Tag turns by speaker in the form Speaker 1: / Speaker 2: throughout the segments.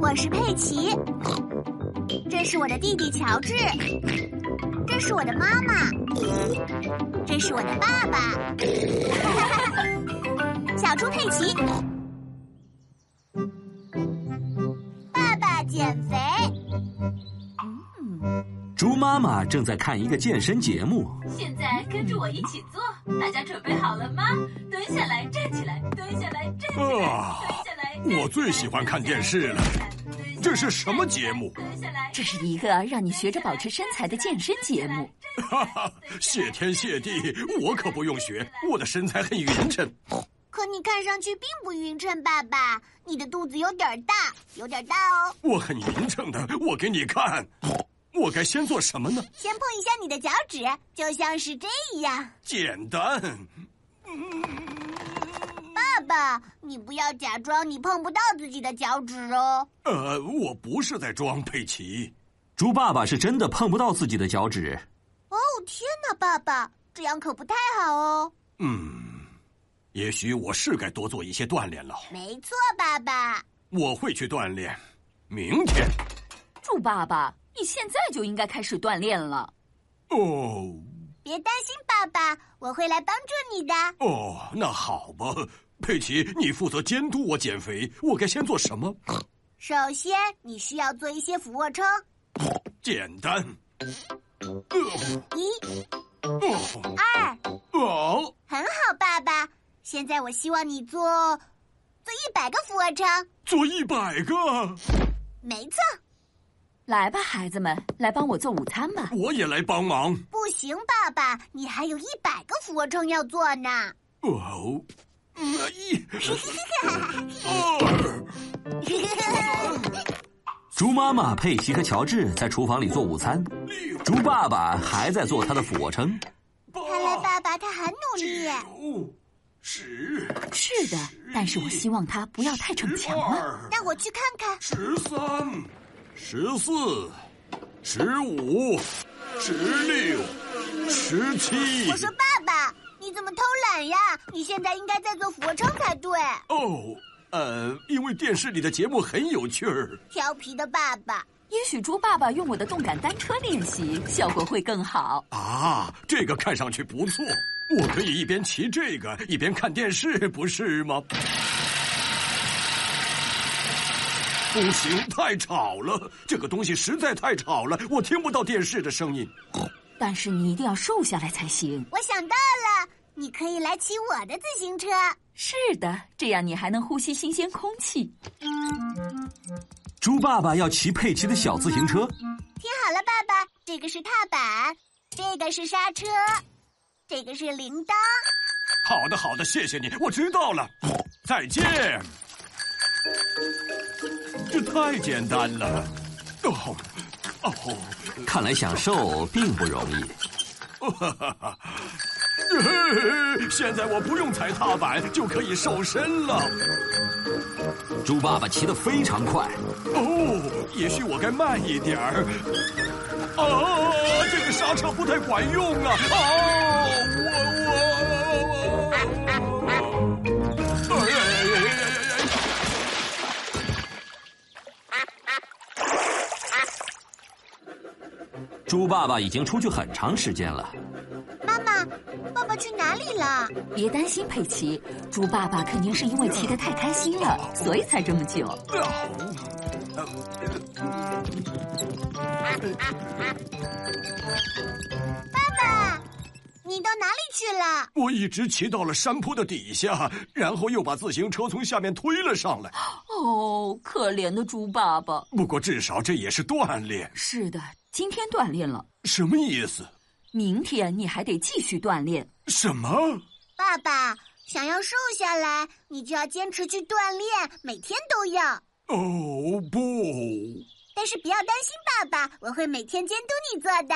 Speaker 1: 我是佩奇，这是我的弟弟乔治，这是我的妈妈，这是我的爸 爸，小猪佩奇。爸爸减肥，
Speaker 2: 猪妈妈正在看一个健身节目，
Speaker 3: 现在跟着我一起做，大家准备好了吗？蹲下来，站起来，蹲下来，站起来，蹲
Speaker 4: 啊
Speaker 3: 下来。站起来
Speaker 4: 我最喜欢看电视了。这是什么节目？
Speaker 3: 蹲下来
Speaker 5: 这是一个让你学着保持身材的健身节目。
Speaker 4: 哈哈，谢天谢地，我可不用学，我的身材很匀称。
Speaker 1: 可你看上去并不匀称，爸爸，你的肚子有点儿大，有点儿大哦。
Speaker 4: 我很匀称的，我给你看。我该先做什么呢？
Speaker 1: 先碰一下你的脚趾，就像是这样。
Speaker 4: 简单，
Speaker 1: 爸爸，你不要假装你碰不到自己的脚趾哦。
Speaker 4: 呃，我不是在装佩奇。
Speaker 2: 猪爸爸是真的碰不到自己的脚趾。
Speaker 1: 哦，天哪，爸爸，这样可不太好哦。
Speaker 4: 嗯也许我是该多做一些锻炼了。
Speaker 1: 没错，爸爸。
Speaker 4: 我会去锻炼，明天。
Speaker 5: 猪爸爸，你现在就应该开始锻炼了。
Speaker 4: 哦
Speaker 1: 别担心，爸爸，我会来帮助你的。
Speaker 4: 哦，那好吧，佩奇，你负责监督我减肥，我该先做什么？
Speaker 1: 首先，你需要做一些俯卧撑，
Speaker 4: 简单。呃
Speaker 1: 一、
Speaker 4: 哦
Speaker 1: 二，
Speaker 4: 哦，
Speaker 1: 很好，爸爸。现在我希望你做做一百个俯卧撑。
Speaker 4: 做一百个，
Speaker 1: 没错，
Speaker 5: 来吧，孩子们，来帮我做午餐吧。
Speaker 4: 我也来帮忙。
Speaker 1: 不行，爸爸，你还有一百个俯卧撑要做呢。
Speaker 4: 哦，嗯一，二，
Speaker 2: 猪妈妈、佩奇和乔治在厨房里做午餐，
Speaker 4: 六，
Speaker 2: 猪爸爸还在做他的俯卧撑。
Speaker 1: 看来
Speaker 4: 八，
Speaker 1: 爸爸他很努力。
Speaker 4: 九，十，
Speaker 5: 是的，但是我希望他不要太逞
Speaker 4: 十
Speaker 5: 强啊了。
Speaker 4: 二，
Speaker 1: 让我去看看。
Speaker 4: 十三，十四，十五，十六，十七。
Speaker 1: 我说爸爸，你怎么偷懒呀？你现在应该在做俯卧撑才对。
Speaker 4: 哦，呃，因为电视里的节目很有趣儿。
Speaker 1: 调皮的爸爸，
Speaker 5: 也许猪爸爸用我的动感单车练习，效果会更好。
Speaker 4: 啊，这个看上去不错，我可以一边骑这个一边看电视，不是吗？不行，太吵了，这个东西实在太吵了，我听不到电视的声音。
Speaker 5: 但是你一定要瘦下来才行。
Speaker 1: 我想到了，你可以来骑我的自行车。
Speaker 5: 是的，这样你还能呼吸新鲜空气。
Speaker 2: 猪爸爸要骑佩奇的小自行车，
Speaker 1: 听好了，爸爸，这个是踏板，这个是刹车，这个是铃铛。
Speaker 4: 好的，好的，谢谢你，我知道了，再见。这太简单了，哦，哦，
Speaker 2: 看来想瘦并不容易。
Speaker 4: 现在我不用踩踏板就可以瘦身了。
Speaker 2: 猪爸爸骑得非常快，
Speaker 4: 哦，也许我该慢一点儿。啊，这个刹车不太管用啊！啊，我我我我我！哎呀呀呀呀呀！
Speaker 2: 猪爸爸已经出去很长时间了。
Speaker 1: 妈妈，爸爸去哪里了？
Speaker 5: 别担心，佩奇，猪爸爸肯定是因为骑得太开心了，所以才这么久。
Speaker 1: 爸爸，你到哪里去了？
Speaker 4: 我一直骑到了山坡的底下，然后又把自行车从下面推了上来。
Speaker 5: 哦，可怜的猪爸爸。
Speaker 4: 不过至少这也是锻炼，
Speaker 5: 是的，今天锻炼了，
Speaker 4: 什么意思？
Speaker 5: 明天你还得继续锻炼。
Speaker 4: 什么？
Speaker 1: 爸爸，想要瘦下来，你就要坚持去锻炼，每天都要。
Speaker 4: 哦不！
Speaker 1: 但是不要担心，爸爸，我会每天监督你做的。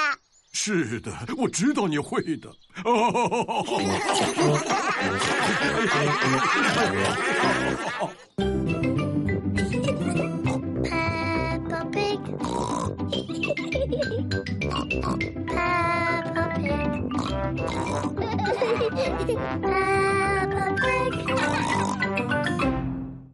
Speaker 4: 是的，我知道你会的。哦。
Speaker 1: Peppa Pig.